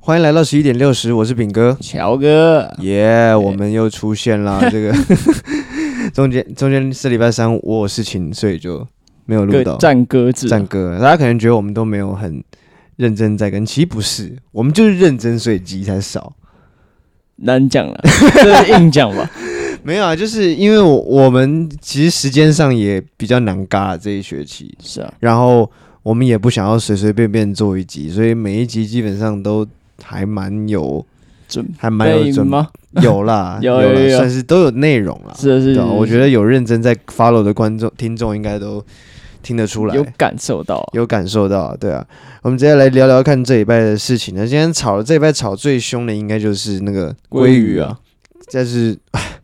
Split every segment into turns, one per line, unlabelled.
欢迎来到十一点六十，我是炳哥，
乔哥，哎
耶、我们又出现啦！ 这个 中间中间这礼拜三我有事情，所以就没有录
各
到
战鸽子，
战歌。大家可能觉得我们都没有很认真在跟，其实不是，我们就是认真，所以集才少。
难讲了，这是硬讲吧？
没有啊，就是因为我我们其实时间上也比较难嘎这一学期，
是啊，
然后我们也不想要随随便便做一集，所以每一集基本上都还蛮有
准
还蛮有
备
准
吗？，
有啦
有
啦
有有
算是都有内容啦。
是是
对
是
啊，，我觉得有认真在 follow 的观众听众应该都听得出来，
有感受到啊，
有感受到，对啊。我们直接来聊聊看这礼拜的事情呢。今天吵了，这礼拜吵最凶的应该就是那个
鲑鱼啊，
但是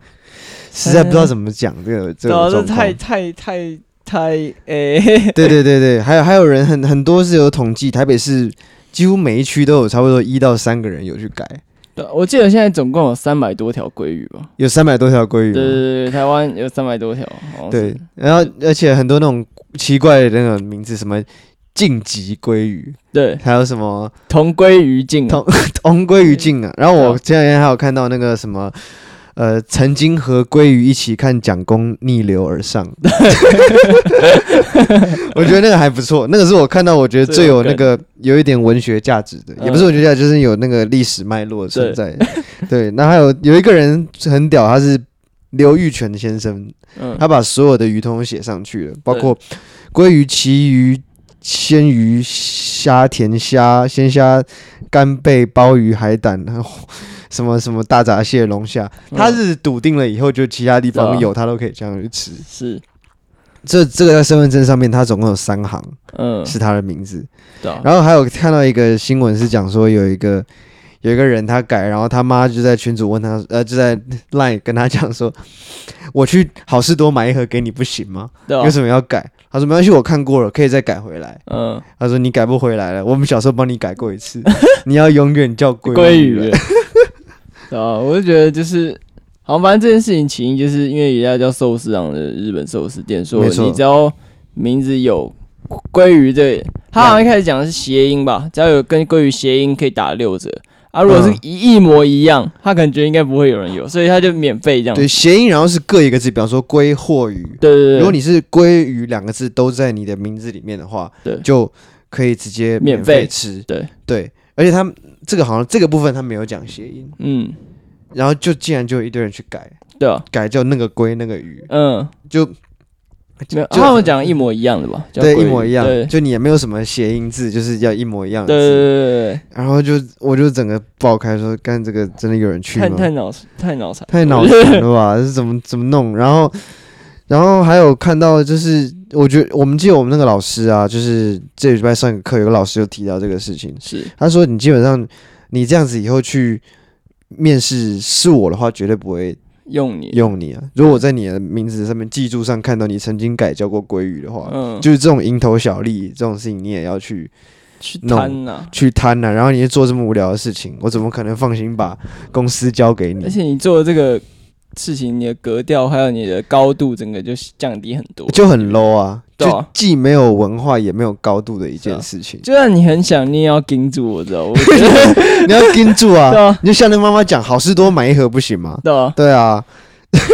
实在不知道怎么讲这个这
对啊，
个
这
状
太
况。
太太太哎诶，
对对对 对，还有还有人很很多是有统计，台北市几乎每一区都有差不多一到三个人有去改，
对啊我记得现在总共有三百多条鲑鱼吧？
有三百多条鲑鱼
对
嘛。
对对，对台湾有三百多条，好像是
对，然后而且很多那种奇怪的那种名字，什么晋级鲑鱼，
对，
还有什么
同归于尽啊，
同同归于尽啊。然后我
对
前两天还有看到那个什么，呃，曾经和鲑鱼一起看蒋公逆流而上， 我觉得那个还不错，那个是我看到我觉得最有那个有一点文学价值的，也不是文学价值，就是有那个历史脉络存在。对，那还有有一个人很屌，他是刘玉泉先生，
嗯，
他把所有的鱼通通写上去了，包括鲑鱼、旗鱼、鲜鱼、虾、甜虾、鲜虾、干贝、鲍鱼、海胆，然后什么什么大闸蟹、龙虾，
嗯
他是笃定了以后，就其他地
对
方
啊嗯
有他都可以这样去吃。
是，
这这个在身份证上面，他总共有三行
嗯，
是他的名字。
对啊，
然后还有看到一个新闻是讲说有一个有一个人他改，然后他妈就在群主问他，呃，就在 line 跟他讲说，我去好事多买一盒给你不行吗？
对啊
为，什么要改？他说没关系，我看过了，可以再改回来。
嗯，
他说你改不回来了，我们小时候帮你改过一 次，你要永远叫鲑
鲑
鱼
鱼。 对啊，我就觉得就是，好，反正这件事情起因就是因为有一家叫寿司郎的日本寿司店说，
没错
你只要名字有鲑鱼这，他好像一开始讲的是谐音吧，只要有跟鲑鱼谐音可以打六折。啊，如果是
嗯
一一模一样，他可能觉得应该不会有人有，所以他就免费这样。
对，谐音然后是各一个字，比方说鲑或鱼。
对对对，
如果你是鲑鱼两个字都在你的名字里面的话，
对
就可以直接
免
免费
费
吃。
对
对，而且他们这个好像这个部分他没有讲谐音，
嗯，
然后就竟然就有一堆人去改，
对啊，
改叫那个龟那个鱼，
嗯，
就
没有，
就
他们讲一模一样的吧？叫
对
鲑
一
鱼
模一样
对，对
就你也没有什么谐音字，就是要一模一样的
对
字。
对
然后就我就整个爆开说，干这个真的有人去
对，太
吗？
太脑太脑残，
太脑残了吧？ 这怎么怎么弄？然后，然后还有看到就是，我觉得我们记得我们那个老师啊，就是这礼拜上个课有个老师就提到这个事情，
是
他说你基本上你这样子以后去面试是我的话，绝对不会
用你，
用你啊。如果我在你的名字上面记住上看到你曾经改叫过鲑鱼的话，
嗯，
就是这种蝇头小利这种事情，你也要去
去
弄
贪呐、
去贪了、然后你去做这么无聊的事情，我怎么可能放心把公司交给你
而？且你做的这个事情，你的格调还有你的高度，整个就降低很多。
就很 low 啊，
对啊
就既没有文化也没有高度的一件事情，
就算你很想，你也要盯住我，知道吗？我
你要盯住
对
啊！
啊，
你就像那妈妈讲，好事多买一盒不行吗？
对啊，
对啊，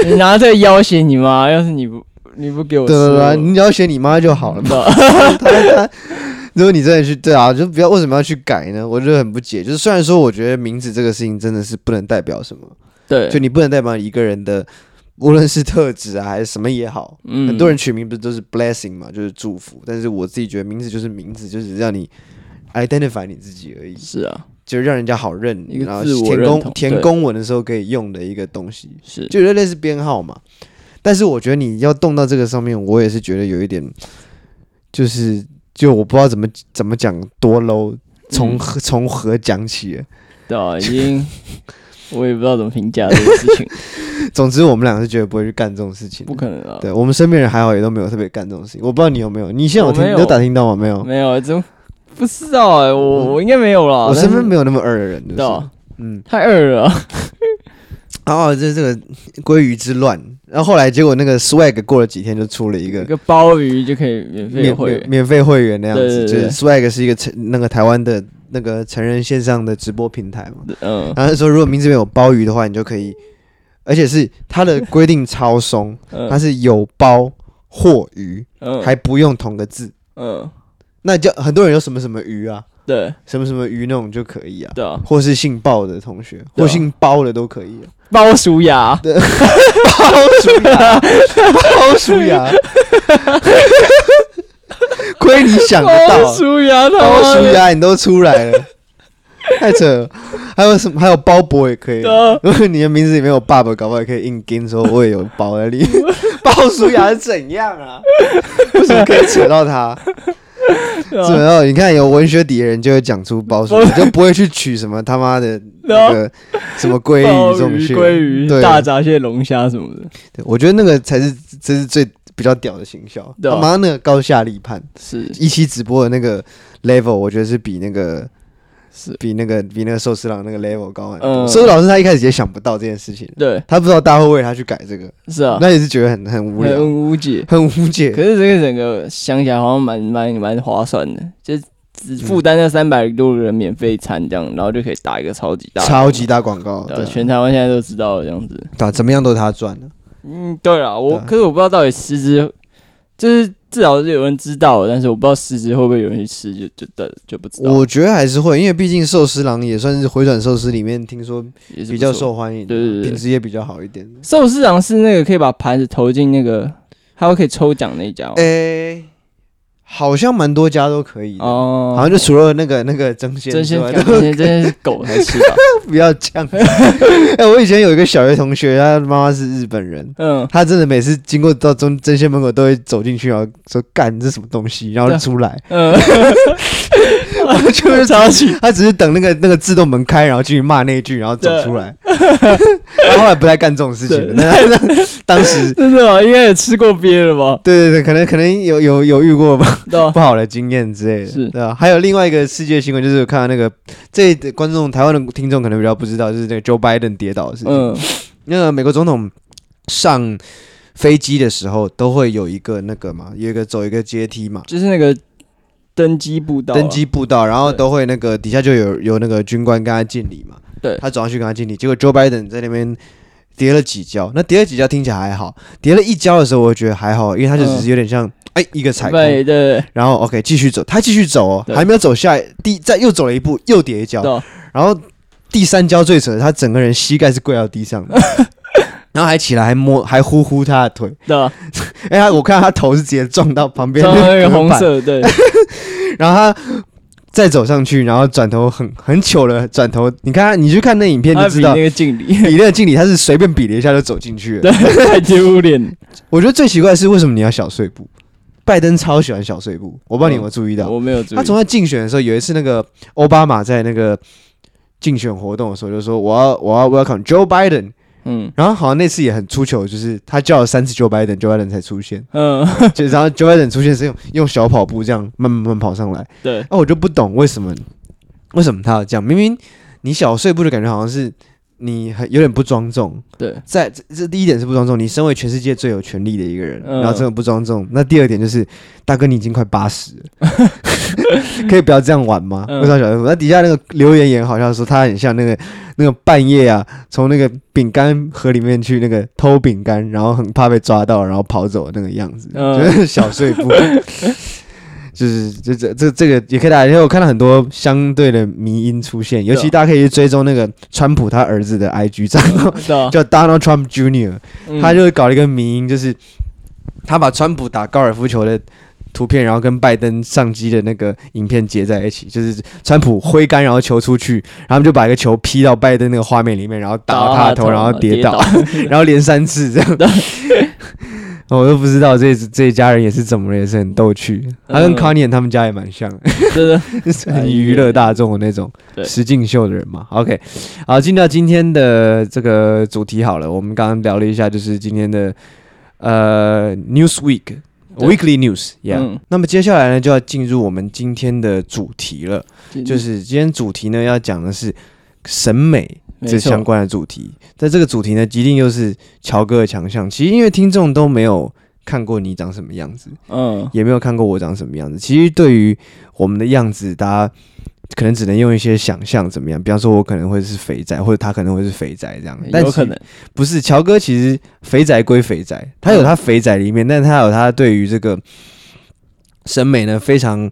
你拿这个要挟你妈，要是你不你不给我啊
对啊
吃
对
我，
对，你只要选你妈 就好了嘛。
对啊
如果你真的去，对啊，就不要为什么要去改呢？我就很不解。就是虽然说，我觉得名字这个事情真的是不能代表什么，
对，
就你不能代表一个人的，无论是特质啊还是什么也好，
嗯
很多人取名不是都是 blessing 嘛，就是祝福。但是我自己觉得名字就是名字，就是让你 identify 你自己而已，
是啊，
就是让人家好认
一，个
然后
自我
填
认
公
同
填
对
公文的时候可以用的一个东西，
是啊
就有点类似编号嘛。但是我觉得你要动到这个上面，我也是觉得有一点，就是就我不知道怎么怎么讲多 low，从
嗯
何、从何讲起了。
对啊，已经我也不知道怎么评价这个事情，
总之，我们两个是绝对不会去干这种事情的
不。可能啊，
对我们身边人还好，也都没有特别干这种事情。我不知道你有没有，你现在有
我
听，
没
你
有
有打听到吗？没有，
没有，真不知道哎、我我应该没有啦，
嗯我身边
啊但是
没有那么二的人，就
对
是
啊，
嗯，
太二了啊，
然后这这个鲑鱼之乱，然后后来结果那个 swag 过了几天就出了 一
一
个
个鲍鱼就可以免费
免
会
免
员，
免费会员那样子，
对对对
就是 swag 是一个成那个台湾的那个成人线上的直播平台嘛，
嗯
然后他说如果名字没有鲍鱼的话，你就可以，而且是它的规定超松，它
嗯
是有鲍或鱼，
嗯，
还不用同个字，
嗯，
那就很多人有什么什么鱼啊，
对
什么什么鱼那种就可以啊。
对啊，
或是姓鲍的同学，
对
或
啊
姓包的都可以啊、
包鼠牙，
包叔牙，亏你想得到
包
啊，
鼠牙，他
包
妈
叔
的，
牙你都出来了，太扯了。还有什么？还有包伯也可以
对。啊
如果你的名字里面有爸爸，搞不好也可以硬跟说我也有包在里面。 包叔牙是怎样啊？为什么可以扯到他？
对
怎
啊
么样？你看有文学底的人就会讲出包叔，你就不会去取什么他妈的
对啊
那个什么鲑鱼这
鲍
种
鱼、
去。
鲑鱼、
对
大闸蟹、龙虾什么的，
对，我觉得那个才是这是最比较屌的行销。
对啊
他妈那个高下立判，
是
一期直播的那个 level，我觉得是比那个
是，
比那个比那个寿司郎那个 level 高很
嗯
多。寿司老师他一开始也想不到这件事情，
对，
他不知道大家会为他去改这个，
是啊，
那也是觉得很很无聊，
很无解。
很无解。
可是这个整个想起来好像蛮蛮蛮划算的，就只负担那三百多个人免费餐这样，然后就可以打一个超级大 的
超级大广告，
对
对啊，
啊，全台湾现在都知道了这样子。
对啊，怎么样都是他赚的。
嗯，对了，我
对啊
可是我不知道到底失职，就是至少是有人知道，但是我不知道失职会不会有人去吃，就就的就不知道。
我觉得还是会，因为毕竟寿司郎也算是回转寿司里面听说
也是
比较
不错
受欢迎的，
对对对哦
品质也比较好一点的。
寿司郎是那个可以把盘子投进那个，还有可以抽奖那一家哦
哎诶、好像蛮多家都可以的。
哦，
好像就除了那个那个争先
真
之
先
外，
真
都
先真的是狗才吃吧？
不要这样。 哎、我以前有一个小学同学，他妈妈是日本人，
嗯，
他真的每次经过到中真仙门口都会走进去，然后说干这什么东西，然后就出来，
嗯，
就是
超级
他只是等那个那个自动门开，然后进去骂那一句，然后走出来。他后来不太干这种事情了，但是当时。
真的吗？应该也吃过鳖了吧？
对对对，可能可能有有有遇过吧。
对吧
不？好的经验之类的，
是
对啊。还有另外一个世界新闻，就是我看到那个这观众台湾的听众可能比较不知道，就是那个 Joe Biden 跌倒的事情。
嗯，
那个美国总统上飞机的时候都会有一个那个嘛，有一个走一个阶梯嘛，
就是那个登机步道啊，
登机步道，然后
对
都会那个底下就有有那个军官跟他敬礼嘛。
对
他走上去跟他敬礼，结果 Joe Biden 在那边。跌了几跤，那跌了几跤听起来还好，跌了一跤的时候我觉得还好，因为他
嗯
就只是有点像哎、一个踩空，
对对
然后 OK 继续走，他继续走哦，
对
还没有走下第再又走了一步，又跌一跤，
对，
然后第三跤最扯，他整个人膝盖是跪到地上 的，然后还起来还摸还呼呼他的腿，
对，
哎、他我看他头是直接撞到旁边
穿那个
隔
红
板，
色，对，
然后他。再走上去，然后转头很很糗了，转头你看他你去看那影片
他
就
比
知道，
那个敬礼
比那个敬礼他是随便比了一下就走进去 了。
太丢脸了，
我觉得最奇怪的是为什么你要小碎步？拜登超喜欢小碎步，我不知道你有没有注意到。
我没有注意
他。总在竞选的时候，有一次那个奥巴马在那个竞选活动的时候，就说我要我要 welcome Joe Biden，
嗯
然后好像那次也很出糗，就是他叫了三次 Joe Biden，Joe Biden 才出现，
嗯，
就然后 Joe Biden 出现是用用小跑步这样慢慢慢慢跑上来，
对，
啊，我就不懂为什么为什么他要这样，明明你小碎步的感觉好像是。你很有点不庄重，
对，
在这这第一点是不庄重。你身为全世界最有权力的一个人，
嗯
然后这么不庄重。那第二点就是，大哥你已经快八十 了，可以不要这样玩吗？
嗯
为啥小碎步？那底下那个留言也好像说他很像那个那个半夜啊，从那个饼干盒里面去那个偷饼干，然后很怕被抓到，然后跑走的那个样子，
嗯
就是小碎步。就是这这这这个也可以打，因为我看到很多相对的迷因出现，尤
对
其
啊
大家可以去追踪那个川普他儿子的 IG 账号，
知道，
叫 Donald Trump Jr.，
嗯
他就搞了一个迷因，就是他把川普打高尔夫球的图片，然后跟拜登上机的那个影片截在一起，就是川普挥杆然后球出去，然后他们就把一个球劈到拜登那个画面里面，然后打到他的头，然后跌倒， 然后连三次这样。 我都不知道这这一家人也是怎么了，也是很逗趣。他跟
嗯
Kanye 他们家也蛮像的。
真的，
就是很娱乐大众的那种
哎对
实境秀的人嘛。OK，好，进到今天的这个主题好了，我们刚刚聊了一下，就是今天的呃 News Week
对
Weekly News，Yeah、
嗯
那么接下来呢，就要进入我们今天的主题了，就是今天主题呢要讲的是审美
没
这
错
相关的主题。在这个主题呢，一定又是乔哥的强项。其实因为听众都没有看过你长什么样子，
嗯，
也没有看过我长什么样子。其实对于我们的样子，大家可能只能用一些想象怎么样，比方说我可能会是肥仔，或者他可能会是肥仔这样，嗯但
嗯有可
其
能
不是乔哥，其实肥宅归肥宅，他有他肥宅的一面，但他有他对于这个审美呢非常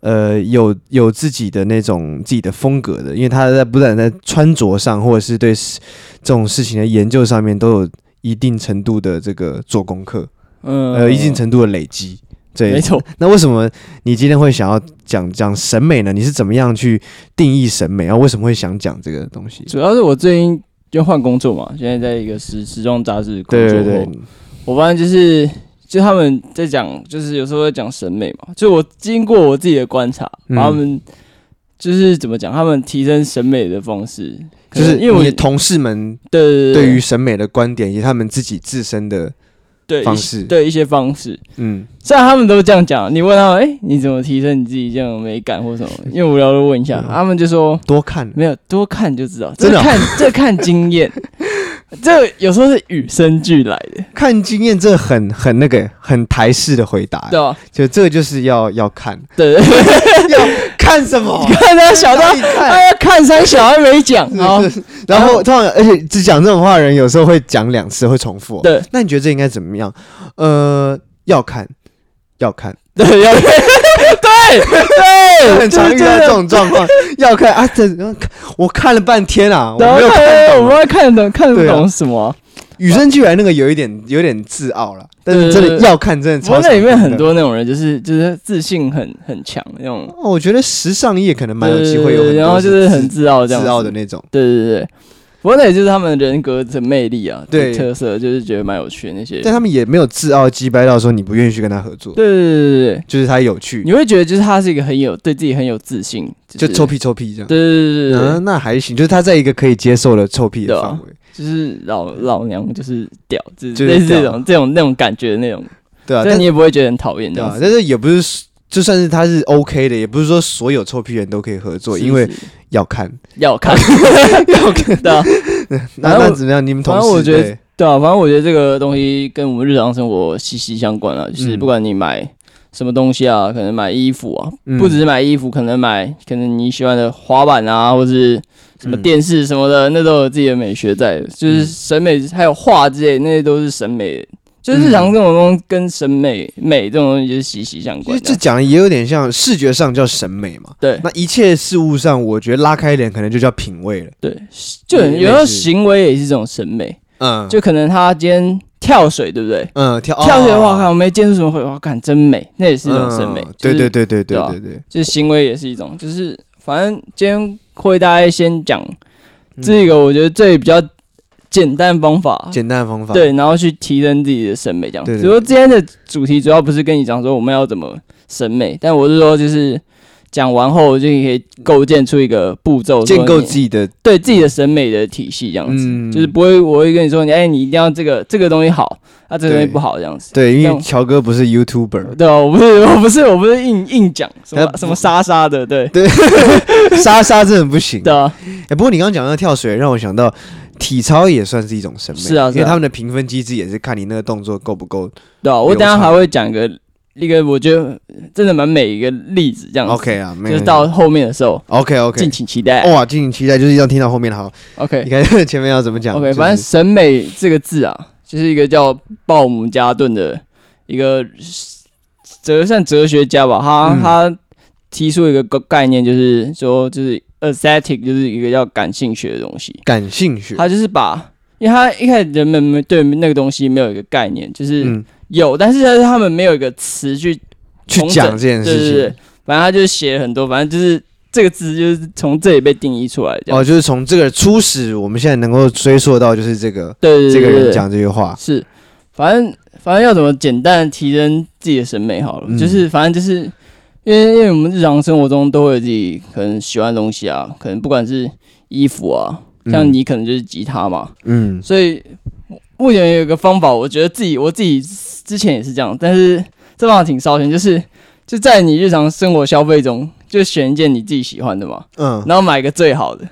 呃有有自己的那种自己的风格的，因为他在不但在穿着上，或者是对事这种事情的研究上面，都有一定程度的这个做功课，
嗯
呃，一定程度的累积。对
没，错，
那为什么你今天会想要讲讲审美呢？你是怎么样去定义审美？然后为什么会想讲这个东西？
主要是我最近就换工作嘛，现在在一个时时装杂志工
对
作
对
后，
对，
我发现就是就他们在讲，就是有时候在讲审美嘛，就我经过我自己的观察，
嗯
把他们就是怎么讲，他们提升审美的方式，可
就
能
是
因为我
你的同事们
对对
对于审美的观点，以及他们自己自身的，
对
方
一些
式
对一些方式。
嗯，
虽然他们都这样讲，你问他们，哎、你怎么提升你自己这样的美感或什么？因为无聊的问一下，
嗯
他们就说
多看
没有多看就知道，
真的
这
哦
看这看经验，这有时候是与生俱来的，
看经验，这很很那个很台式的回答
对，吧？
就这就是要要看，
对，
要看什 么？
看他小到
到底看。
哎呀，看三小还没讲，然后
然后通常而且只讲这种话的人，有时候会讲两次，会重复。
对，
那你觉得这应该怎么样？呃，要看，要看。
对，要对对，
很常遇到这
对。
种状 况，要看啊，这我看了半天啊，我
然后
没有看
看，我
懂
不知
啊。
道看得懂看得
对啊
懂什么啊，
与生俱来那个有一点有点自傲了，但是
对
真
对
的
对
要看，真的
不过
超。
那里面很，多那种人，就是就是自信很很强那种，
哦我觉得时尚业可能蛮有机会有
对
很多
然后就是很
自
自傲这样，
自傲的，那种。
对对对。不过那也就是他们人格的魅力啊，
对
特色就是觉得蛮有趣的那些，
但他们也没有自傲击败到说你不愿意去跟他合作，
对对对对对，
就是他有趣，
你会觉得就是他是一个很有对自己很有自信，
就是臭屁臭屁这样。
对对对对对
嗯，，那还行，就是他在一个可以接受的臭屁的
对啊
范围，
就是老老娘就是屌，就是
就是
类似这
屌
种这种那种感觉的那种，
嗯对啊。
但
但
你也不会觉得很讨厌这
对
样
啊，
子。
但是也不是，就算是他是 OK 的，也不是说所有臭屁人都可以合作，
是
因为
是
要看。
要 看，要看的，
那
反正
那
我
怎么样？你们同
反
事
正我觉得
对
对啊，反正我觉得这个东西跟我们日常生活息息相关啊，就是
嗯
不管你买什么东西啊，可能买衣服啊，
嗯
不只是买衣服，可能买可能你喜欢的滑板啊，或是什么电视什么的，那都有自己的美学在，就是
嗯
审美还有画之类，那些都是审美。就是日常生活中跟审美美这种东西就是息息相
其
关
实
的
这。讲的也有点像视觉上叫审美嘛。
对
那一切事物上，我觉得拉开脸可能就叫品味了。
对，就
嗯
有时候
类似
行为也是一种审美，
嗯，
就可能他今天跳水，对不对？
嗯跳
跳水的话，
哦
看我没见出什么会，哇，看真美，那也是一种审美
嗯。对
就
对，
是
对对
对
对
啊
对对，
就是行为也是一种，就是反正今天会大家先讲这
个
个，我觉得最比较简单方法，
简单的方法。
对，然后去提升自己的审美这样。
对
只
对
不过今天的主题主要不是跟你讲说我们要怎么审美，但我是说就是。讲完后就可以构建出一个步骤，
建构
说你
自己的
对自己的审美的体系这样子，
嗯
就是不会我会跟你说你哎、你一定要这个这个东西好，啊这个东西
对
不好这样子。
对，因
但我
为乔哥不是 YouTuber，
对啊，我不是我不是我不是硬硬讲什么
哎他不
什么沙沙的，对
莎莎真的不行。
对啊，
哎，不过你刚刚讲到跳水，让我想到体操也算是一种审美，
是啊
因
是啊
为他们的评分机制也是看你那个动作够不够。
对啊，我
流
等一下
畅
还会讲一个一个我觉得真的蛮美一个例子这样子
OK 啊，没
嗯就是
有
到后面的时候
OK OK，哦
敬请期待。
哇，敬请期待，就是要听到后面的好。你
OK
看前面要怎么讲
OK，
就是
反正审美这个字啊，就是一个叫鲍姆加顿的一个哲算哲学家吧，他、
嗯
他提出一个概概念，就是说就是 aesthetic 就是一个叫感性学的东西。
感性学，
他就是把，因为他一开始人们没对那个东西没有一个概念，就是
嗯，
有，但是但是他们没有一个词去
去
重整
讲这件
对
事
对
情。
对，反正他就是写了很多，反正就是这个字就是从这里被定义出来这样。
哦，就是从这个初始，我们现在能够追溯到就是这个
对对对
这个
对
人
对
讲这句话，
是，反正反正要怎么简单地提升自己的审美好了，
嗯
就是反正就是因为因为我们日常生活中都会有自己可能喜欢的东西啊，可能不管是衣服啊，像
嗯
你可能就是吉他嘛，
嗯，
所以目前有一个方法，我觉得自己我自己之前也是这样，但是这方法挺烧钱，就是就在你日常生活消费中，就选一件你自己喜欢的嘛，
嗯，
然后买个最好的。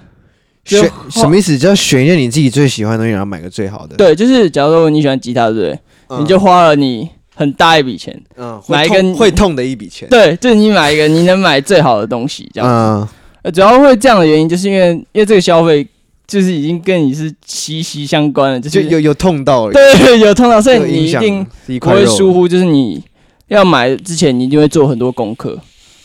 就
选
画
什么意思？就要选一件你自己最喜欢的东西，然后买个最好的。
对，就是假如说你喜欢吉他，对不对？
嗯，
你就花了你很大一笔钱，
嗯，
买
会
一个
痛会痛的一笔钱。
对，就是你买一个你能买最好的东西，这样。
嗯，
呃，主要会这样的原因，就是因为因为这个消费就是已经跟你是息息相关了，就
就是有有痛到了，
对 有通道，所以
有
你
影
一
响
定
是一
不
块
会
肉，
疏忽，就是你要买之前，你一定会做很多功课，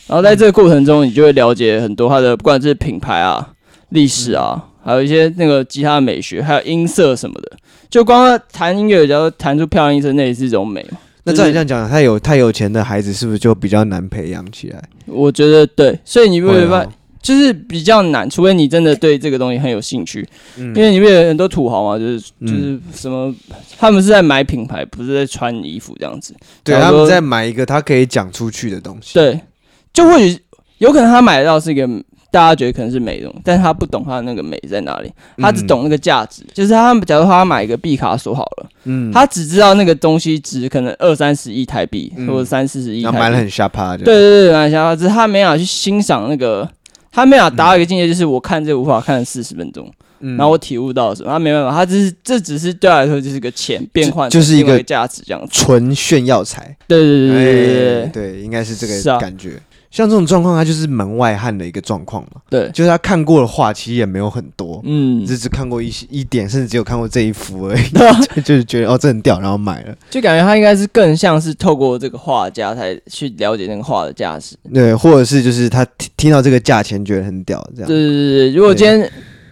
然后在这个过程中，你就会了解很多它的，不管是品牌啊、历史啊，还有一些那个吉他的美学，还有音色什么的。就光弹音乐，然后弹出漂亮音色，那也是一种美嘛。
那照你这样讲，太有太有钱的孩子是不是就比较难培养起来？
我觉得对，所以你不
会
明
哦
白，就是比较难，除非你真的对这个东西很有兴趣，
嗯
因为你不有很多土豪嘛，就是
嗯
就是什么，他们是在买品牌，不是在穿衣服这样子。
对
假
他
如
们
说
在买一个他可以讲出去的东西。
对，就或许有可能他买得到是一个大家觉得可能是美容，但是他不懂他的那个美在哪里，他只
嗯
懂那个价值。就是他假如他买一个毕卡索好了，
嗯，
他只知道那个东西值可能二三十亿台币、
嗯
或者三四十亿台
然
币，
后买了很瞎趴的。
对对对，蛮想法，只是他没法去欣赏那个。他没法达到一个境界，就是我看这个无法看四十分钟，
嗯，
然后我体悟到什么，他没办法，他只是这只是对他来说就是个钱变换成
就是一
另外
个
价值这样子。
纯炫耀财。
对对对对对
哎
对
对，应该是这
是啊
个感觉。像这种状况，他就是门外汉的一个状况嘛，
对，对
就是他看过的画其实也没有很多，
嗯，
只只看过一些一点，甚至只有看过这一幅而已，
对啊
就就是觉得哦这很屌，然后买了。
就感觉他应该是更像是透过这个画家才去了解那个画的价值。
对，或者是就是他听听到这个价钱觉得很屌，这
对
样
对对对，如果今天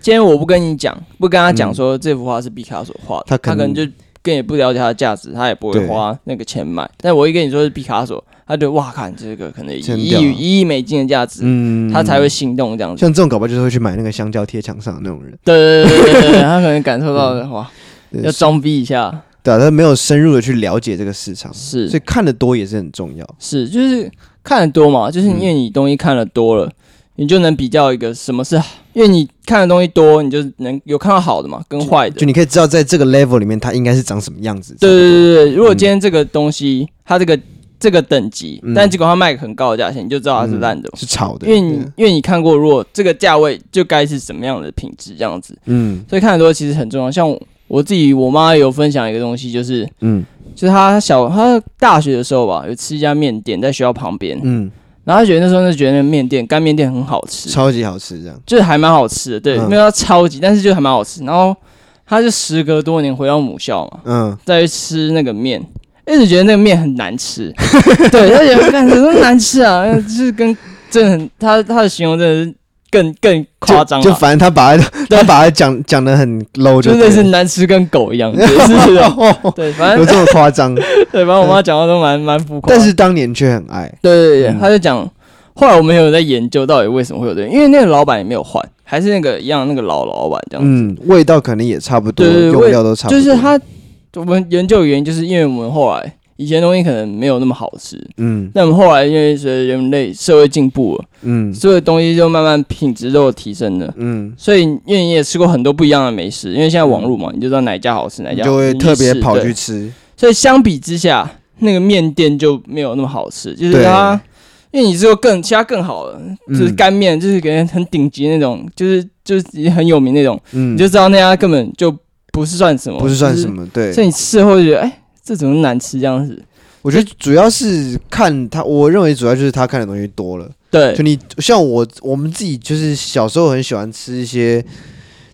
今天我不跟你讲，不跟他讲说这幅画是毕卡索画的，
他
他
可能
可能就更也不了解它的价值，他也不会
对
花那个钱买。但我一跟你说是毕卡索，他就哇看这个可能一
真
亿
屌
一亿美金的价值，
嗯，
他才会心动这样子。
像这种搞不好就是会去买那个香蕉贴墙上的那种人，
对对对对对对，他可能感受到的哇，
对
要装逼一下，
对啊，他没有深入的去了解这个市场，所以
是
看的多也是很重要。
是，就是看的多嘛，就是因为你东西看的多了，你就能比较一个什么是，因为你看的东西多，你就能有看到好的嘛，跟坏的
就。你可以知道在这个 level 里面，它应该是长什么样子。
对
差不多，
对对对，如果今天这个东西它这个这个等级
嗯，
但结果它卖很高的价钱，你就知道它是烂的嘛。
是炒的，
因
对
为你因为你看过，如果这个价位就该是什么样的品质这样子，
嗯
所以看的多其实很重要。像我我自己，我妈有分享一个东西，就是
嗯
就是她小她大学的时候吧，有吃一家面店在学校旁边，
嗯，
然后她觉得那时候就觉得那个面店干面店很好吃，
超级好吃这样。
就是还蛮好吃的，对，
嗯
没有到超级，但是就还蛮好吃。然后她就时隔多年回到母校嘛，
嗯，
再去吃那个面，一直觉得那个面很难 吃，对，而且感觉得难吃啊，就是跟真的很他他的形容真的是更更夸张、啊
就反正他把它
对
他把它讲讲的很 low，
就
对
类
了
似难吃跟狗一样，也是这种对，反
有
正
这么夸 张，
对，反正我妈讲话都蛮蛮浮夸的，
但是当年却很爱。
对对对，
嗯
他就讲，后来我们有在研究到底为什么会有这个，因为那个老板也没有换，还是那个一样那个老老板这样子，
嗯，味道可能也差不多，
对对对
用料都差不
就
多。
是，他我们研究的原因就是因为我们后来以前东西可能没有那么好吃，
嗯
那我们后来因为随着人类社会进步了。
嗯
所有东西就慢慢品质都有提升了。
嗯，
所以，因为你也吃过很多不一样的美食，因为现在网络嘛，你就知道哪一家好吃，哪一
你
家
就
好吃
会特别
哎你试
跑
对
去吃。
所以相比之下，那个面店就没有那么好吃，就是
对
它，因为你吃过更其他更好的，就是
嗯
干面，就是给人很顶级那种，就是就是已经很有名那种，
嗯，
你就知道那家根本就不是算什么，
不是算
就
什。么，对。
所以你事后就觉得，哎，这怎么难吃这样子？
我觉得主要是看他，我认为主要就是他看的东西多了。
对
就，你像我，我们自己就是小时候很喜欢吃一些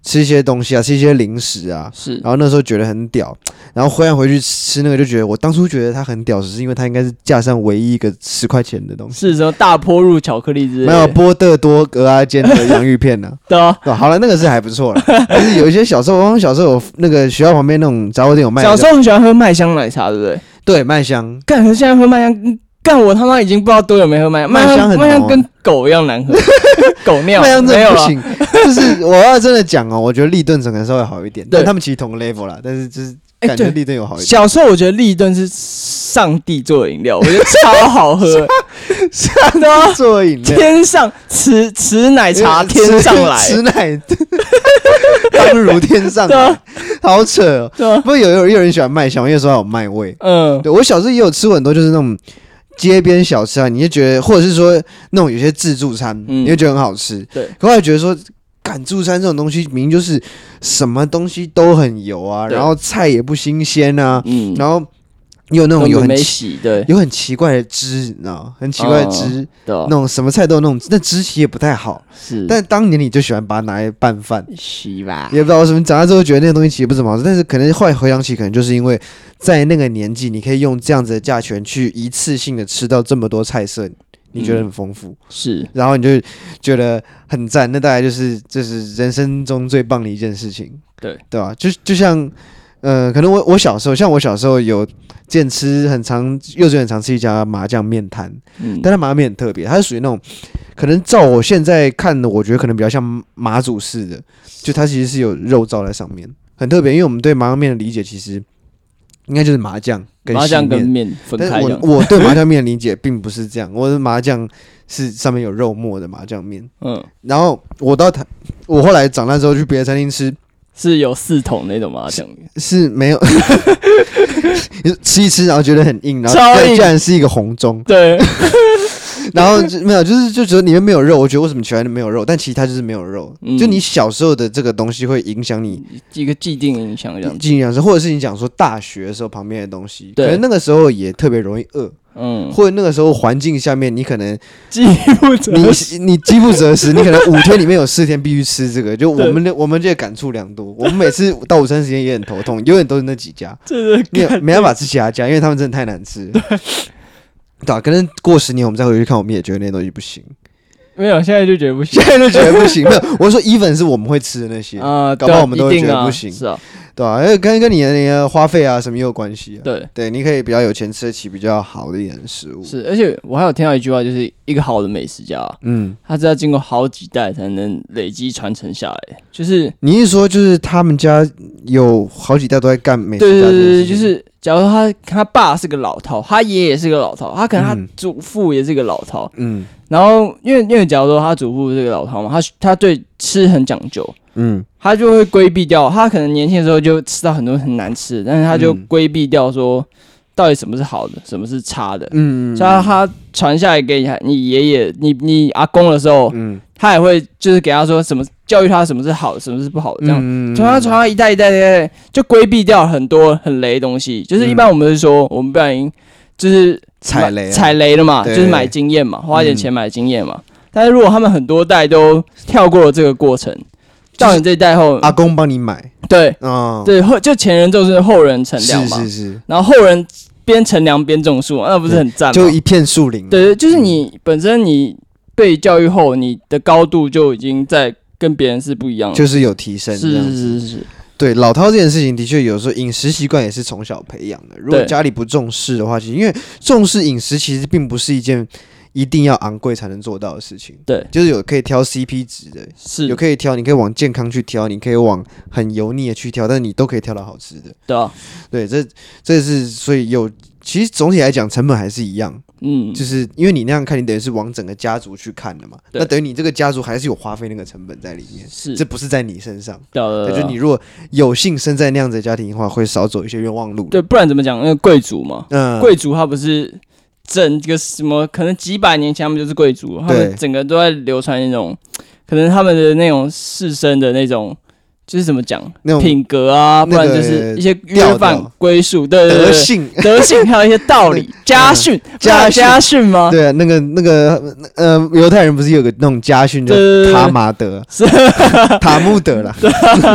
吃一些东西啊，吃一些零食啊，
是
然后那时候觉得很屌，然后回来回去吃那个就觉得，我当初觉得它很屌，只是因为它应该是架上唯一一个十块钱的东西。
是什么大坡入巧克力之类的？
没有波特多格阿煎的洋芋片 呢、
对啊，
对吧好了，那个是还不错了。但是有一些小时候，我小时候有那个学校旁边那种杂货店有卖那
小
个，
时候很喜欢喝麦香奶茶，对不对？
对麦香，
干，可是现在喝麦香，嗯干我他妈已经不知道多久没喝麦香，
麦香很
麦
浓
香
啊
跟狗一 样难喝，狗尿，
麦香
没
真
有啊
的不
了。
行。就是我要真的讲哦，我觉得立顿整个稍微好一点，
对
但他们其实同个 level 啦，但是就是
哎
感觉
对
立顿有好一点。
小时候我觉得立顿是上帝做的饮料，我觉得超 好喝，真的啊，
做饮料，呃
天上此此奶茶天上来，
吃奶， 当如天上
对
来
啊，
好扯哦。
对啊，
不过有有有人喜欢麦香，因为说它有麦味。
嗯，
对我小时候也有吃过很多，就是那种街边小吃啊，你就觉得，或者是说那种有些自助餐，
嗯
你就觉得很好吃。
对，
可后来觉得说。赶自助餐这种东西，明明就是什么东西都很油啊，
对
然后菜也不新鲜啊，
嗯，
然后也有那种有很
没
奇
洗，对
有很奇怪的汁，你知道吗，很奇怪的汁，
对啊
那，种什么菜都有那种，那汁其实也不太好。
是
但当年你就喜欢把它拿来拌饭，
洗吧，
也不知道为什么，长大之后觉得那个东西其实不怎么好吃，但是可能后来回想起，可能就是因为在那个年纪，你可以用这样子的价钱去一次性的吃到这么多菜色，你觉得很丰富，
是
然后你就觉得很赞，那大概就是这、是人生中最棒的一件事情，
对
对吧？就就像。呃，可能我我小时候，像我小时候有见吃很常幼稚园很常吃一家麻酱面摊，
嗯
但它麻酱面很特别，它是属于那种，可能照我现在看的，我觉得可能比较像马祖式的，就它其实是有肉罩在上面，很特别。因为我们对麻酱面的理解其实应该就是麻酱跟
麻酱
细
跟
面，
面分
但是
开这
我
样，
我对麻 酱面的理解并不是这样，我的麻酱是上面有肉末的麻酱面。
嗯，
然后我到台，我后来长大之后去别的餐厅吃，
是有四桶那种麻酱，
是没有 吃一吃，然后觉得很硬，然后
超硬
竟然是一个红中。
对，
然后就没有，就是就觉得里面没有肉，我觉得为什么喜欢没有肉？但其实它就是没有肉，
嗯
就你小时候的这个东西会影响你
一个既定影响这样，
进养生，或者是你讲说大学的时候旁边的东西，
对
可能那个时候也特别容易饿，
嗯，
或者那个时候环境下面你可能
饥不择
你 你饥不择食，你可能五天里面有四天必须吃这个，就我
对
们的我们这个感触良多，我们每次到午餐时间也很头痛，永远都是那几 家，
这
没
个
有没办法吃其他家，因为他们真的太难 吃了。对啊，可能过十年我们再回去看，我们也觉得那些东西不行。
没有，现在就觉得不行
就觉得不 行。没有，我说 even 是我们会吃的那些，
啊，
搞
对
不
啊
好我们都会
一定
觉得
啊
不行
是啊，
对吧、啊？因为跟跟你的那个花费啊什么也有关系啊。
对，
对，你可以比较有钱吃得起比较好的一点食物。
是，而且我还有听到一句话，就是一个好的美食家啊，
嗯，
他是要经过好几代才能累积传承下来，就是
你一说就是他们家有好几代都在干美
对
食
对
家这
对
件
对，
事情，
就是假如他他爸是个老饕，他爷爷是个老饕，他可
嗯
能他祖父也是个老饕，
嗯
然后因为因为假如说他祖父是个老饕嘛，他他对吃很讲究，
嗯
他就会规避掉，他可能年轻的时候就吃到很多很难吃的，但是他就
嗯
规避掉说到底什么是好的，什么是差的。
嗯，
所以他传下来给你你爷爷、你你阿公的时候，
嗯
他也会就是给他说什么教育他什么是好，什么是不好的这样。
嗯
传他传他一代一代一代一代，就规避掉很多很雷的东西。就是一般我们是说，我们不小心就是
踩雷啊
踩雷了嘛，就
对
是买经验嘛，花一点
嗯
钱买经验嘛。但是如果他们很多代都跳过了这个过程，到你这一代后，
阿公帮你买
对
啊，
对后就前人种树，后人乘凉
是
嘛，
是是，
然后后人边乘凉边种树，那不是很赞吗？
就一嗯片树林。
对，就是你本身你被教育后，你的高度就已经在跟别人是不一样了。
就是有提升，
是是是是是，
对老饕这件事情，的确有时候饮食习惯也是从小培养的。如果
对
家里不重视的话，其实因为重视饮食其实并不是一件一定要昂贵才能做到的事情。
对，
就是有可以挑 CP 值的，
是
有可以挑，你可以往健康去挑，你可以往很油腻的去挑，但是你都可以挑到好吃的。
对啊，
对，这这是所以有。其实总体来讲，成本还是一样，
嗯，
就是因为你那样看，你等于是往整个家族去看的嘛。
对
那等于你这个家族还是有花费那个成本在里面，
是
这不是在你身上。
对啊
对，
对啊
就你如果有幸生在那样子的家庭的话，会少走一些冤枉路。
对，不然怎么讲？那个贵族嘛，
嗯，
贵族他不是整个什么，可能几百年前他们就是贵族，他
对
们整个都在流传那种，可能他们的那种士绅的那种。就是怎么讲
那种
品格啊，不
那个
然就是一些
调
约
调
范归属，对对
德
对，
性。 嗯
德性还有一些道 理，家训，不然有家训吗？
对啊，那个那个呃，犹太人不是有个那种家训叫
对对对对
塔马德
是、
塔木德啦，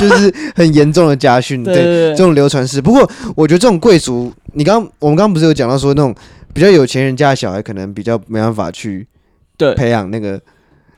就是很严重的家训。
对
对，
对
这
对，
种流传是。不过我觉得这种贵族，你刚我们刚刚不是有讲到说那种比较有钱人家的小孩，可能比较没办法去
对
培养那个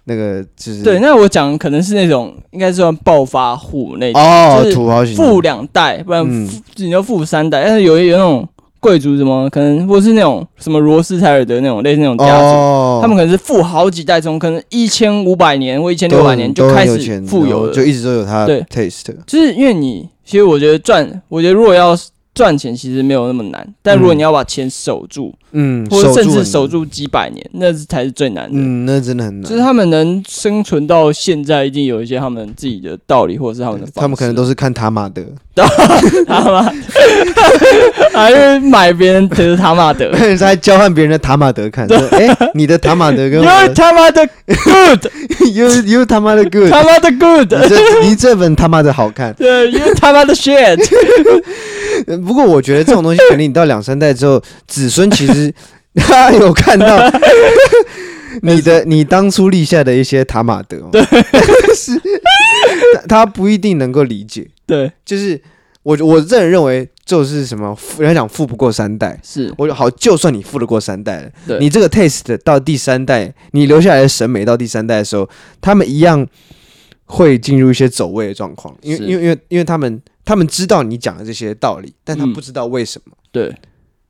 那个就是
对，那我讲可能是那种应该算暴发户那种，
哦
就，是
土豪型的
富两代，不然
嗯
富你就富三代，但是有有那种贵族什么，可能或是那种什么罗斯柴尔德那种类似那种家族。
哦，
他们可能是富好几代中，可能一千五百年或一千
都
六百
很
年
都
就
很
开
有
始
钱
富
然后
有了。
就一直都有他的
对
taste。
就是因为你，其实我觉得赚，我觉得如果要赚钱，其实没有那么难。但如果
嗯
你要把钱守住，
嗯，
或者甚至守
守住
住几百年，那是才是最难
很
的。
难，嗯，那真的很难。
就是他们能生存到现在，一定有一些他们自己的道理，或者是他们的方式。啊
他们可能都是看塔马德，
他妈，还是买别人的他妈 的，
他在交换别人的塔马德看，说哎，你的塔马德跟 我
因为
的
他妈的 good，
you you 他妈的 good，
他妈的
你
good，
这你这本他妈的好看。
对，因为他妈的 shit，
不过我觉得这种东西，可能你到两三代之后，子孙其 实他有看到你的你当初立下的一些塔马德哦， 是他他不一定能够理解。
对，
就是我我这人认为，就是什么富人家讲富不过三代，
是，
我就好，就算你富得过三代了
对，
你这个 taste 到第三代，你留下来的审美到第三代的时候，他们一样会进入一些走位的状况，因
是
为因为因为因为他们他们知道你讲的这些道理，但他
嗯
不知道为什么，
对，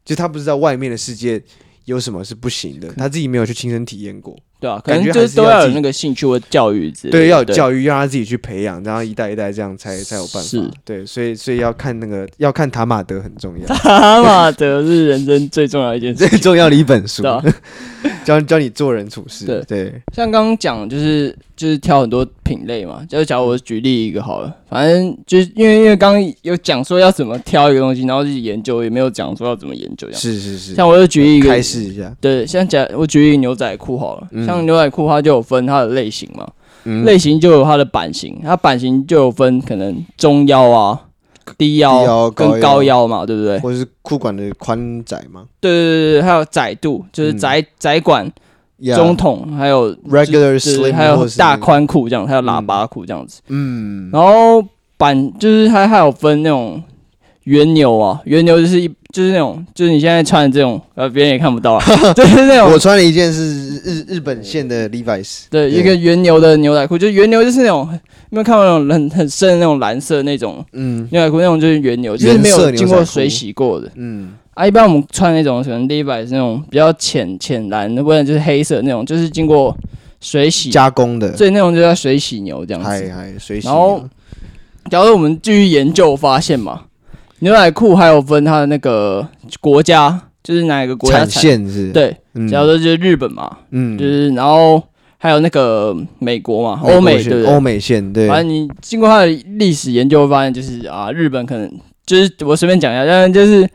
就他不知道外面的世界有什么是不行的，他自己没有去亲身体验过，
对啊，可
感
能
觉
就
还
是
是
都
要
要
自
有
己
那个兴趣或教育之类的。
对，要有 教育，让他自己去培养，然后一代一代这样才才有办
是
法，对，所以所以要看那个要看塔马德很重要，
哈马德是人生最重要的一件事
最
情。
重要的一本书
对啊，
教教你做人处事，
对
对。
像刚刚讲，就是就是挑很多品类嘛。就假如我举例一个好了，反正就是因为因为刚刚有讲说要怎么挑一个东西，然后自己研究，也没有讲说要怎么研究这样。
是是是，
像我就举例一个
开示一下，
对，像假我举例牛仔裤好了，
嗯
像牛仔裤它就有分它的类型嘛，
嗯
类型就有它的版型，它版型就有分可能中腰啊、低
低
腰
腰嗯
跟
高
高
腰
腰嘛，对不对？
或者是裤管的宽窄吗
对对对对，还有窄度，就是
嗯
窄、窄管、
Yeah，
中筒，还有
regular
就是
slim，
还有
或是
大，宽裤这样，还有喇叭裤这样子。
嗯，
然后版就是它还有分那种圆牛啊，圆牛就是一就是那种就是你现在穿的这种，呃，别人也看不到啊， 就是那
我
种
穿了一件是日日本线的 Levi's，
对一个圆牛的牛仔裤，就是圆牛就是那种有没有看过那种很很深的那种蓝色那种
嗯
牛仔裤，那种就是圆牛，就是没
原色
有
牛
经过
仔裤
水洗过的。
嗯
啊，一般我们穿那种可能 Levi's 那种比较浅浅蓝，不然就是黑色那种，就是经过水洗，
加工的，
所以那种就叫水洗牛这样
还
子。
还水洗
然后
牛，
假如我们继续研究发现嘛，牛仔裤还有分它的那个国家，就是哪一个国家
产线是，
对，
嗯，
假如说就是日本嘛，
嗯哦
就是然后还有那个美国嘛，欧美
国线
对不
欧
对？
美线对，
反正你经过它的历史研究发现，就是啊，日本可能就是我随便讲一下，当然就是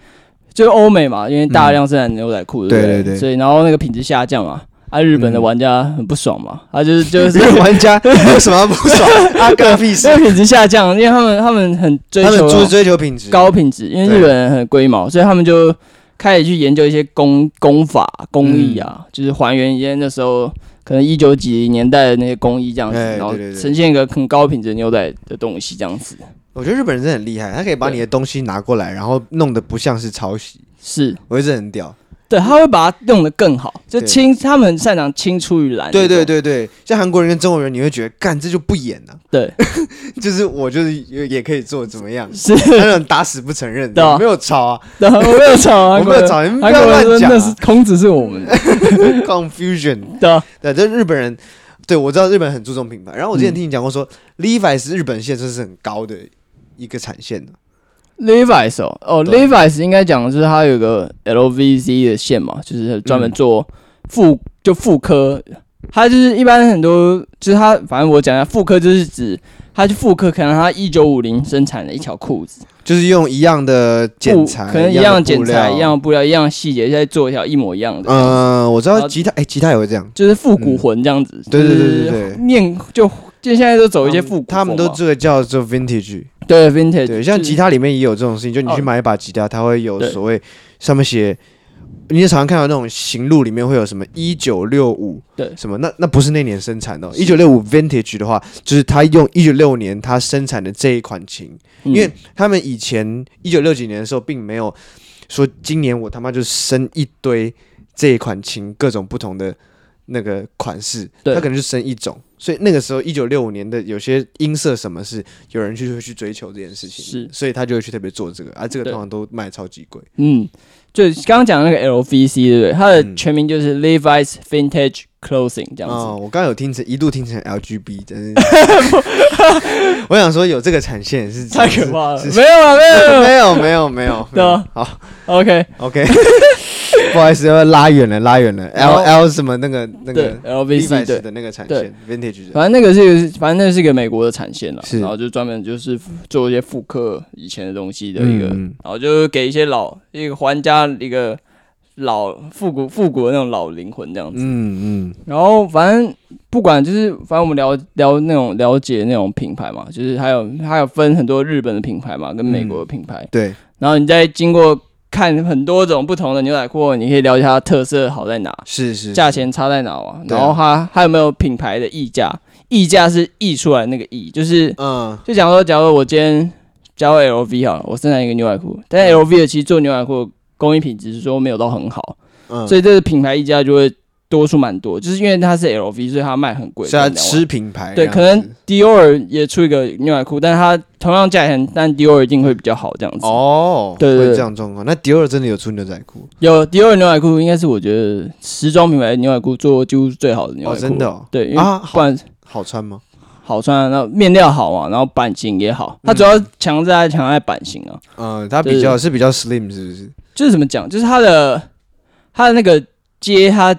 就是欧美嘛，因为大量生产牛仔裤，不
嗯对对对
所以然后那个品质下降嘛，啊，日本的
嗯
玩家很不爽嘛，啊，就是就是
这个玩家有什么不爽？啊，干屁事
这！个品质下降，因为他们他们很 追
他们
求
追追求品质，
高品质，因为
对
日本人很龟毛，所以他们就开始去研究一些工工法、工艺啊，
嗯
就是还原一些那时候可能一九几零年代的那些工艺这样子，
哎
然后
对对对
呈现一个很高品质的牛仔的东西这样子。
我觉得日本人真的很厉害，他可以把
对
你的东西拿过来，然后弄得不像是抄袭，
是
我觉得这很屌。
对，他会把它弄得更好，就
对
青他们很擅长青出于蓝。
对对，对对，像韩国人跟中国人，你会觉得干这就不演呐、
对，
就是我就是也也可以做怎么样，
是
他那种打死不承认
对啊
的，没有吵啊，
的，我没有吵
我
韩
没
国
有
人，
吵，你们不
韩
要
国人
乱
说
讲、
那是
啊、
孔子是我 们的
confusion。
对啊，
对，这日本人，对我知道日本很注重品牌。然后我之前
嗯
听你讲过说、l e v i s 日本线这是很高的一个产线的、啊
Levi's 哦，哦
对
，Levi's 应该讲的就是它有个 LVC 的线嘛，就是专
嗯
门做妇、就妇科，它就是一般很多就是它反正我讲一下，妇科就是指它去妇科，可能它一九五零生产的一条裤子，
就是用一样的
布
剪裁，
哦可能一
样
样
的
剪
布
裁、
料
一样的。布料、一样的细节，再做一条一模一样的，
嗯、我知
然后
道吉他，哎、吉他也会这样。
就是复古魂这样子，
嗯对对对对对
就是念就就现在都走一些复古风嘛，
他们都这个叫做 vintage，
对 vintage，
对，像吉
他
他里面也有这种事情，就你
哦
去买一把吉他，它会有
对
所谓上面写，你也常常看到那种行路里面会有什么一九六五，
对
什么那那不是那年生产的、哦，一九六五 vintage 的话，就是他用一九六年他生产的这一款琴，
嗯
因为他们以前一九六几年的时候并没有说今年我他妈就生一堆这一款琴各种不同的。那个款式，
对
它可能就生一种，所以那个时候一九六五年的有些音色什么是有人去会去追求这件事情，
是
所以他就会去特别做这个啊，这个
对
通常都卖超级贵，
嗯，就刚刚讲的那个 LVC 对不对？它的
嗯
全名就是 Levi's Vintage Clothing 这样子。
哦，我刚刚有听成一度听成 LGB，真是， 我想说有这个产线是
太可怕了，
是
没有啊，没 有啊。
没有没有没有，
对啊
没有好
OK，
，OK，不好意思，要拉远了拉远了
然后
，L L 什么那个那
对
个
LVC 对
Levi's，的那个产
对
线，Vintage 的，
反正那个是一个，反正那是一个美国的产线了，
是
然后就专门就是做一些复刻以前的东西的一个，
嗯嗯
然后就是给一些老一个还家一个老复古复古的那种老灵魂这样子。
嗯嗯，
然后反正不管就是，反正我们聊聊那种了解那种品牌嘛，就是还有还有分很多日本的品牌嘛，跟美国的品牌。
对，
然后你再经过看很多种不同的牛仔裤后，你可以了解它的特色好在哪，
是是
价钱差在哪啊，
对啊
然后它它有没有品牌的溢价？溢价是溢出来的那个溢，就是
嗯
就假如说，假如我今天加入 LV 好了，我生产一个牛仔裤，但是 LV 的其实做牛仔裤的工艺品质是说没有到很好，
嗯，
所以这个品牌溢价就会多出蛮多，就是因为它是 LV，所以它卖很贵，
虽然
可能两万
吃品牌这
对，
样子，
可能 Dior 也出一个牛仔裤，但是它同样价钱，但 Dior 一定会比较好这样子。
哦，
对对
会
对
这样状况。那迪奥真的有出牛仔裤
有 Dior 牛仔裤应该是我觉得时装品牌的牛仔裤做几乎是最好的牛
哦，
仔裤，
真的哦，
对，因为
啊，
不
好
然
好穿吗？
好穿啊，然后面料好嘛，然后版型也好，它主要强在强在版型啊。
嗯，它
对
比较是比较 slim 是不是？
就是怎么讲，就是他的他的那个接他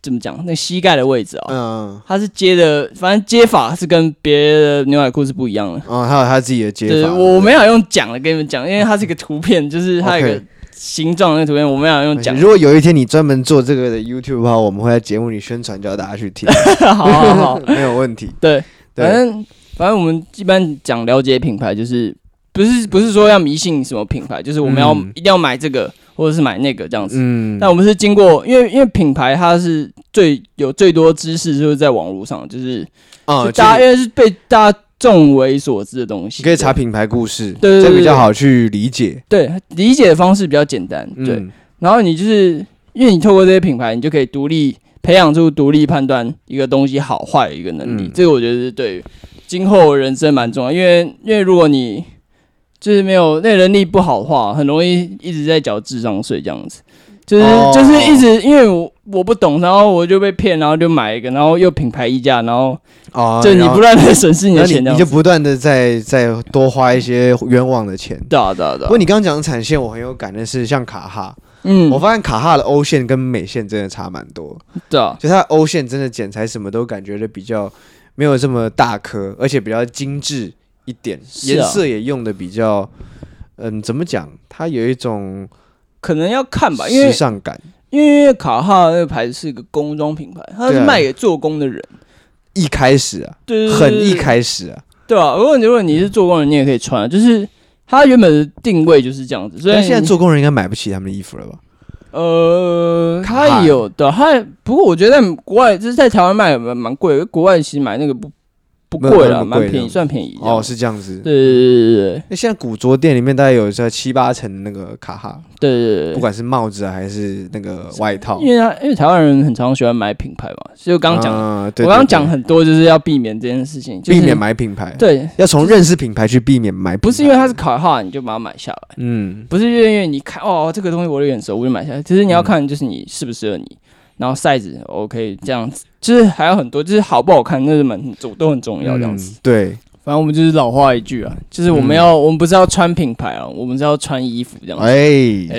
怎么讲，那膝盖的位置啊、
嗯，
他是接的，反正接法是跟别的牛仔裤是不一样的。
哦，还有他自己的接
对，
法，
我没有用讲的跟你们讲，因为它是一个图片，就是它有一个
OK
形状的那个图片，我没有用讲。
哎如果有一天你专门做这个的 YouTube 的话，我们会在节目里宣传，叫大家去听，
好好好，
没有问题。
对，反
对，
正反正我们一般讲了解品牌，就是不是不是说要迷信什么品牌，就是我们要、
嗯
一定要买这个或者是买那个这样子。
嗯，
但我们是经过，因为因为品牌它是最有最多知识，就是在网络上，就是、
啊，
就
就
大家
是
因为是被大家众为所知的东西，
你可以查品牌故事，
对对对
这比较
对
好去理解。
对对理解的方式比较简单，对。
嗯，
然后你就是因为你透过这些品牌，你就可以独立培养出独立判断一个东西好坏的一个能力，
嗯
这个我觉得是对于今后人生蛮重要，因为因为如果你就是没有那能力不好的话，很容易一直在缴智商税这样子。就是、
哦
就是一直因为我我不懂，然后我就被骗，然后就买一个，然后又品牌溢价，然后
哦，
就你
然后
不断的损失你
那
的
你
钱这
你
样
就
子。
不断的在在多花一些冤枉的钱。
对啊对啊对
不
啊
过你刚刚讲的产线，我很有感的是，像卡哈，
嗯
我，发现卡哈的欧线跟美线真的差蛮多，
对啊，
就它的欧线真的剪裁什么都感觉的比较没有这么大颗，而且比较精致一点，
是啊
颜色也用的比较，嗯，怎么讲？它有一种
可能要看吧，因为
时尚感，
因为卡哈那个牌子是一个工装品牌，它
对
是
啊
卖给做工的人，
一开始啊，
对对对
很
对
一开始啊，
对吧、如果你如果你是做工人，你也可以穿，就是它原本的定位就是这样子，所以
但现在
你
做工人应该买不起他们的衣服了吧？
呃，
卡哈
它有的，它也不过我觉得在国外就是在台湾卖蛮蛮贵的，国外其实买那个不不
没有没
贵
有那
了，
么贵
蛮便
这
宜，
样
算便宜这样
哦，是这样子。
对对
那现在古着店里面大概有这七八成那个卡哈，
对对对对对
不
对
管是帽子啊还是那个外套，
因为它因为台湾人很常喜欢买品牌嘛，所以我刚刚讲，
嗯对
我刚刚
对对
讲很多就是要避免这件事情，就是、
避免买品牌，
对，
要从认识品牌去避免买品牌，
不是因为它是卡哈你就把它买下来。
嗯
不是因为你看哦，这个东西我有点熟，我就买下来。其实你要看就是你适不适合你，然后 size OK 这样子，就是还有很多就是好不好看，那是蛮都都很重要这样子。
嗯对，
反正我们就是老话一句啊，就是我们要、我们不是要穿品牌啊，我们是要穿衣服这样子。
哎，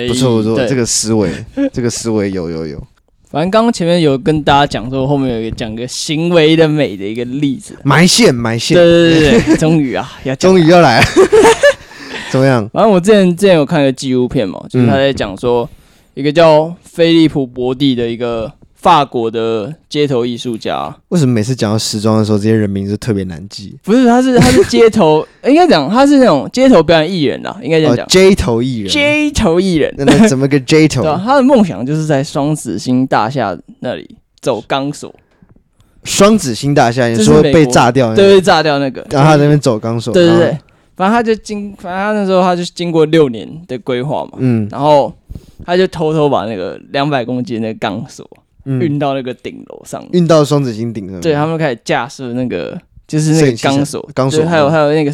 哎
不错不错，
对
这个思维， 这个思维有有有，
反正刚刚前面有跟大家讲说，后面有一个讲个行为的美的一个例子。
埋线埋
对
线，
对对对，终于啊，要讲
终
了
于要来了， 怎么样？
反正我之前之前有看一个纪录片
嗯
嘛，就是他在讲说、一个叫菲利普·伯蒂的一个法国的街头艺术家，
为什么每次讲到时装的时候，这些人名就特别难记？
不是他是 他是街头，应该讲他是那种街头表演艺人啦，应该哎这样
哦
讲、
，J 头艺人，
街头艺人，
那那怎么个 J 头
对？啊吧、他的梦想就是在双子星大厦那里走钢索，
哦双子星大厦，你
这是
说
美
被
国
炸掉那个，
对，被炸掉那个，
然后啊他在那边走啊钢索，
对对
然后
对，，反正他就经，反正他那时候他就经过六年的规划嘛，
嗯
然后他就偷偷把那个两百公斤的钢索
嗯，
运到那个顶楼上面。
运到双子星顶上，
对他们开始架设那个就是那个钢索，
钢索嗯
对还有还有那个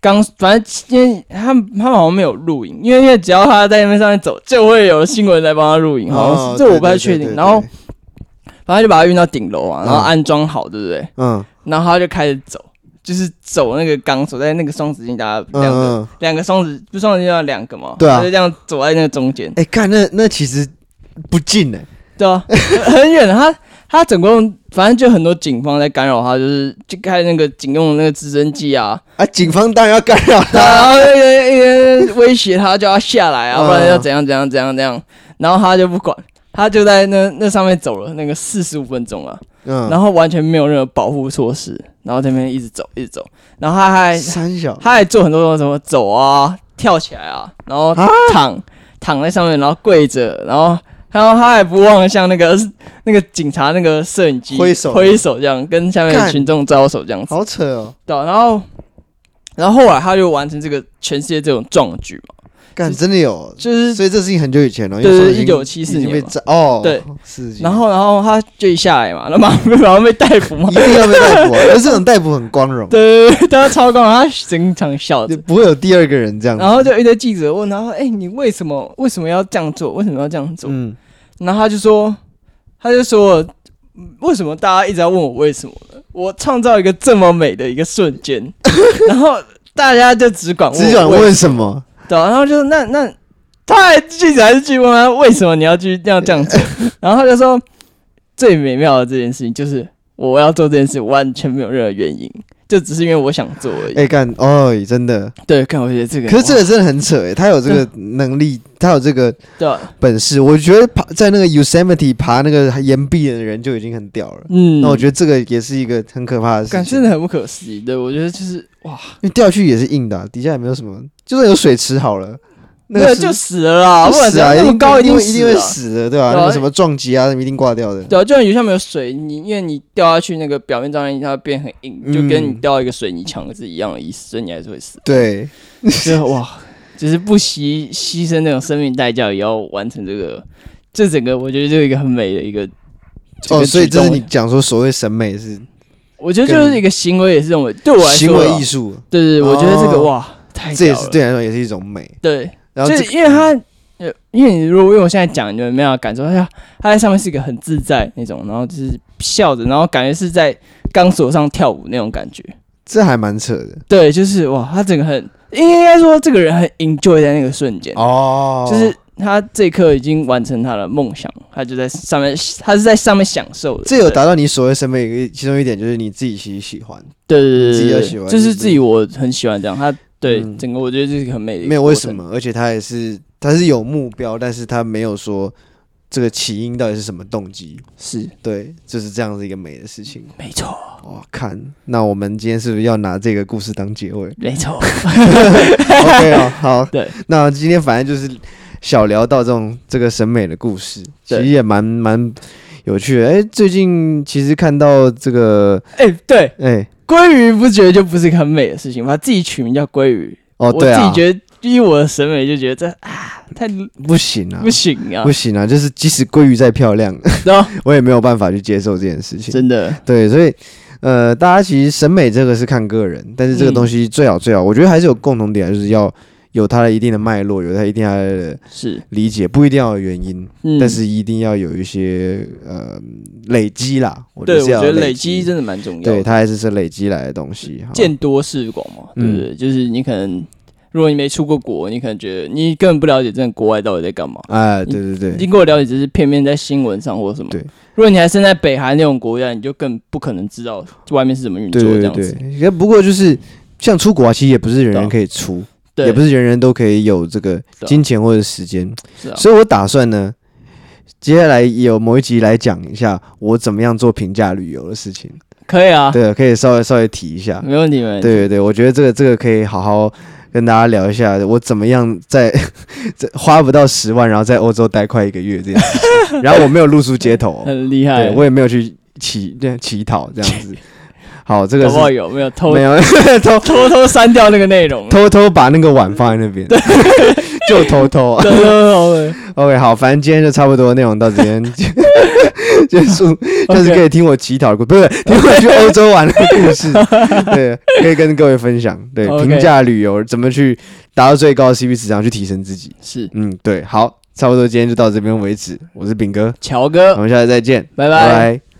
钢，反正因为他们他们好像没有录影，因为因为只要他在那边上面走，就会有新闻来帮他录影，好像
哦
是这我不
对
太
对
确
对
定。
对
然后
对
反正就把它运到顶楼啊，
嗯
然后安装好，对不对？
嗯
然后他就开始走，就是走那个钢索，在那个双子星大家
嗯
两个
嗯，
两个双子，不是双子星要两个嘛，
对啊
他就这样走在那个中间，
哎，看那那其实不近哎，
对啊，很远。他他总共反正就很多警方在干扰他，就是就开那个警用的那个直升 机啊，
啊，警方当然要干扰他，
然后那个那个威胁他，叫他下来啊，
嗯
不然要怎样怎样怎样怎样。然后他就不管，他就在那那上面走了那个四十五分钟啊，
嗯，
然后完全没有任何保护措施，然后这边一直走一直走，然后他还
三小，
他还做很多什么走啊跳起来啊，然后躺躺在上面，然后跪着，然后然后他还不忘向那个 那个警察那个摄影机
挥手
挥手这样，跟下面的
干
群众招手这样子。
好扯哦，
对啊，然后然后后来他就完成这个全世界这种壮举嘛，
干真的有，
就是
所以这事情很久以前了，因
对
为
对
手机已经
1974
已经被
年嘛
炸哦，
对，
是，
然后然后他就一下来嘛，然后马上被马上被逮捕嘛
一，定要被逮 捕啊，而这种逮捕很光荣，
对对对，大家超高，他整场笑
就
着。
不会有第二个人这样子，
然后就一堆记者问他，哎、你为什么为什么要这样做？为什么要这样做？
嗯，
然后他就说，他就说，嗯为什么大家一直在问我为什么呢？我创造一个这么美的一个瞬间， 然后大家就只管问我
只想
为
问什么，
对啊、然后就那那他还记者还是去问他为什么你要去这样这样做， 然后他就说最美妙的这件事情就是我要做这件事完全没有任何原因，就只是因为我想做而已。
哎干哦，真的，
对，看我觉得这个，
可是这
哇
个真的很扯哎，他有这个能力，他有这个
对啊
本事，我觉得爬在那个 Yosemite 爬那个岩壁的人就已经很屌了。
嗯，
那我觉得这个也是一个很可怕的事
感
情
真，的很不可思议。对，我觉得就是哇，
因为掉下去也是硬的啊，底下也没有什么，就算有水池好了，那
那
个
就是死了啦，不
会
然
死啊，
那么高
一定
定
会一定会
了。
死的，对吧？
对啊
那个什么撞击啊，什么一定挂掉的。
对啊，就算有下面有水泥，因为你掉下去，那个表面张力它会变很硬，就跟你
嗯
掉一个水泥墙是一样的意思，所以你还是 会死。
对，
就是哇，就是不惜牺牲那种生命代价也要完成这个，这整个我觉得就一个很美的一个。这
哦，
个
所以
举
这
动
是你，讲说所谓审美是
我觉得就是一个行为，也是一种对我来说
行为艺
术。
术，
对对，对我觉得这个
哦
哇，太
这也
屌
是
了
对你来说也是一种美。
对，
然后
就
这
是因为他，呃，因为你如果因为我现在讲，你们没有感受，他他在上面是一个很自在那种，然后就是笑着，然后感觉是在钢索上跳舞那种感觉。
这还蛮扯的
对，就是哇，他整个很应应该说这个人很 enjoy 在那个瞬间，
哦
就是他这一刻已经完成他的梦想，他就在上面，他是在上面享受的。
这有达到你所谓审美一个其中一点，就是你自己其实喜欢，
对对
自
对
己
对
要
对
喜欢
就是自己我很喜欢这样。他对、
嗯
整个我觉得这是一个很美的，
没有为什。么，而且他也是他是有目标，但是他没有说这个起因到底是什么动机。
是
对，就是这样子一个美的事情。
没错，
哇，看，那我们今天是不是要拿这个故事当结 尾
没错，
？OK 哦，好，
对，
那今天反正就是小聊到这种这个审美的故事，其
对
实也蛮蛮有趣的。哎、最近其实看到这个，
哎、对，
哎、
鲑鱼不觉得就不是一个很美的事情吗？自己取名叫鲑鱼，
哦，对
我自
啊
己，觉得依我的审美就觉得这啊太
不行啊
不。行啊
不，行啊！就是即使鲑鱼再漂亮，
然后
我也没有办法去接受这件事情。
真的
对，所以呃，大家其实审美这个是看个人，但是这个
嗯
东西最好最好，我觉得还是有共同点，就是要有它的一定的脉络，有它一定它的
是，
理解，不一定要有原因，
嗯，
但是一定要有一些呃累积啦。我
对我
是要
觉得累积
积，
真的蛮重要的，
对它还是是累积来的东西。好
见多识广嘛，
嗯
对不对？就是你可能如果你没出过国，你可能觉得你根本不了解真的国外到底在干嘛。
哎、对对对，
经过了解，只是片面在新闻上或什么。
对，
如果你还身在北韩那种国家，你就更不可能知道外面是怎么运作
对
这
对
样子。
对。也不过就是像出国啊，其实也不是人
对
人
啊
可以出，
对，
也不是人人都可以有这个
对啊
金钱或者时间。
是啊，
所以我打算呢，接下来有某一集来讲一下我怎么样做平价旅游的事情。
可以啊，嗯
对，啊可以稍微稍微提一下。
没问题，没问题。
对对对，我觉得这个这个可以好好跟大家聊一下，我怎么样在 这花不到十万，然后在欧洲待快一个月 这样子。然后我没有露宿街头，哦
很厉害
对，我也没有去乞对乞讨这样 子。好，这个
搞不好
是
有没有偷
没有 偷
偷偷删掉那个内容？
偷偷把那个碗放在那边， 就偷 偷。
对 对对
OK，好，反正今天就差不多内容到这 边结束，就是可以听我乞讨的故，不是听我去欧洲玩的故事，对，可以跟各位分享。对，
OK
平价旅游怎么去达到最高的 CP 值，然后去提升自己。
是
嗯，对，好，差不多今天就到这边为止。我是炳哥，
乔
我
哥，
们下次再见，
拜拜
嗯拜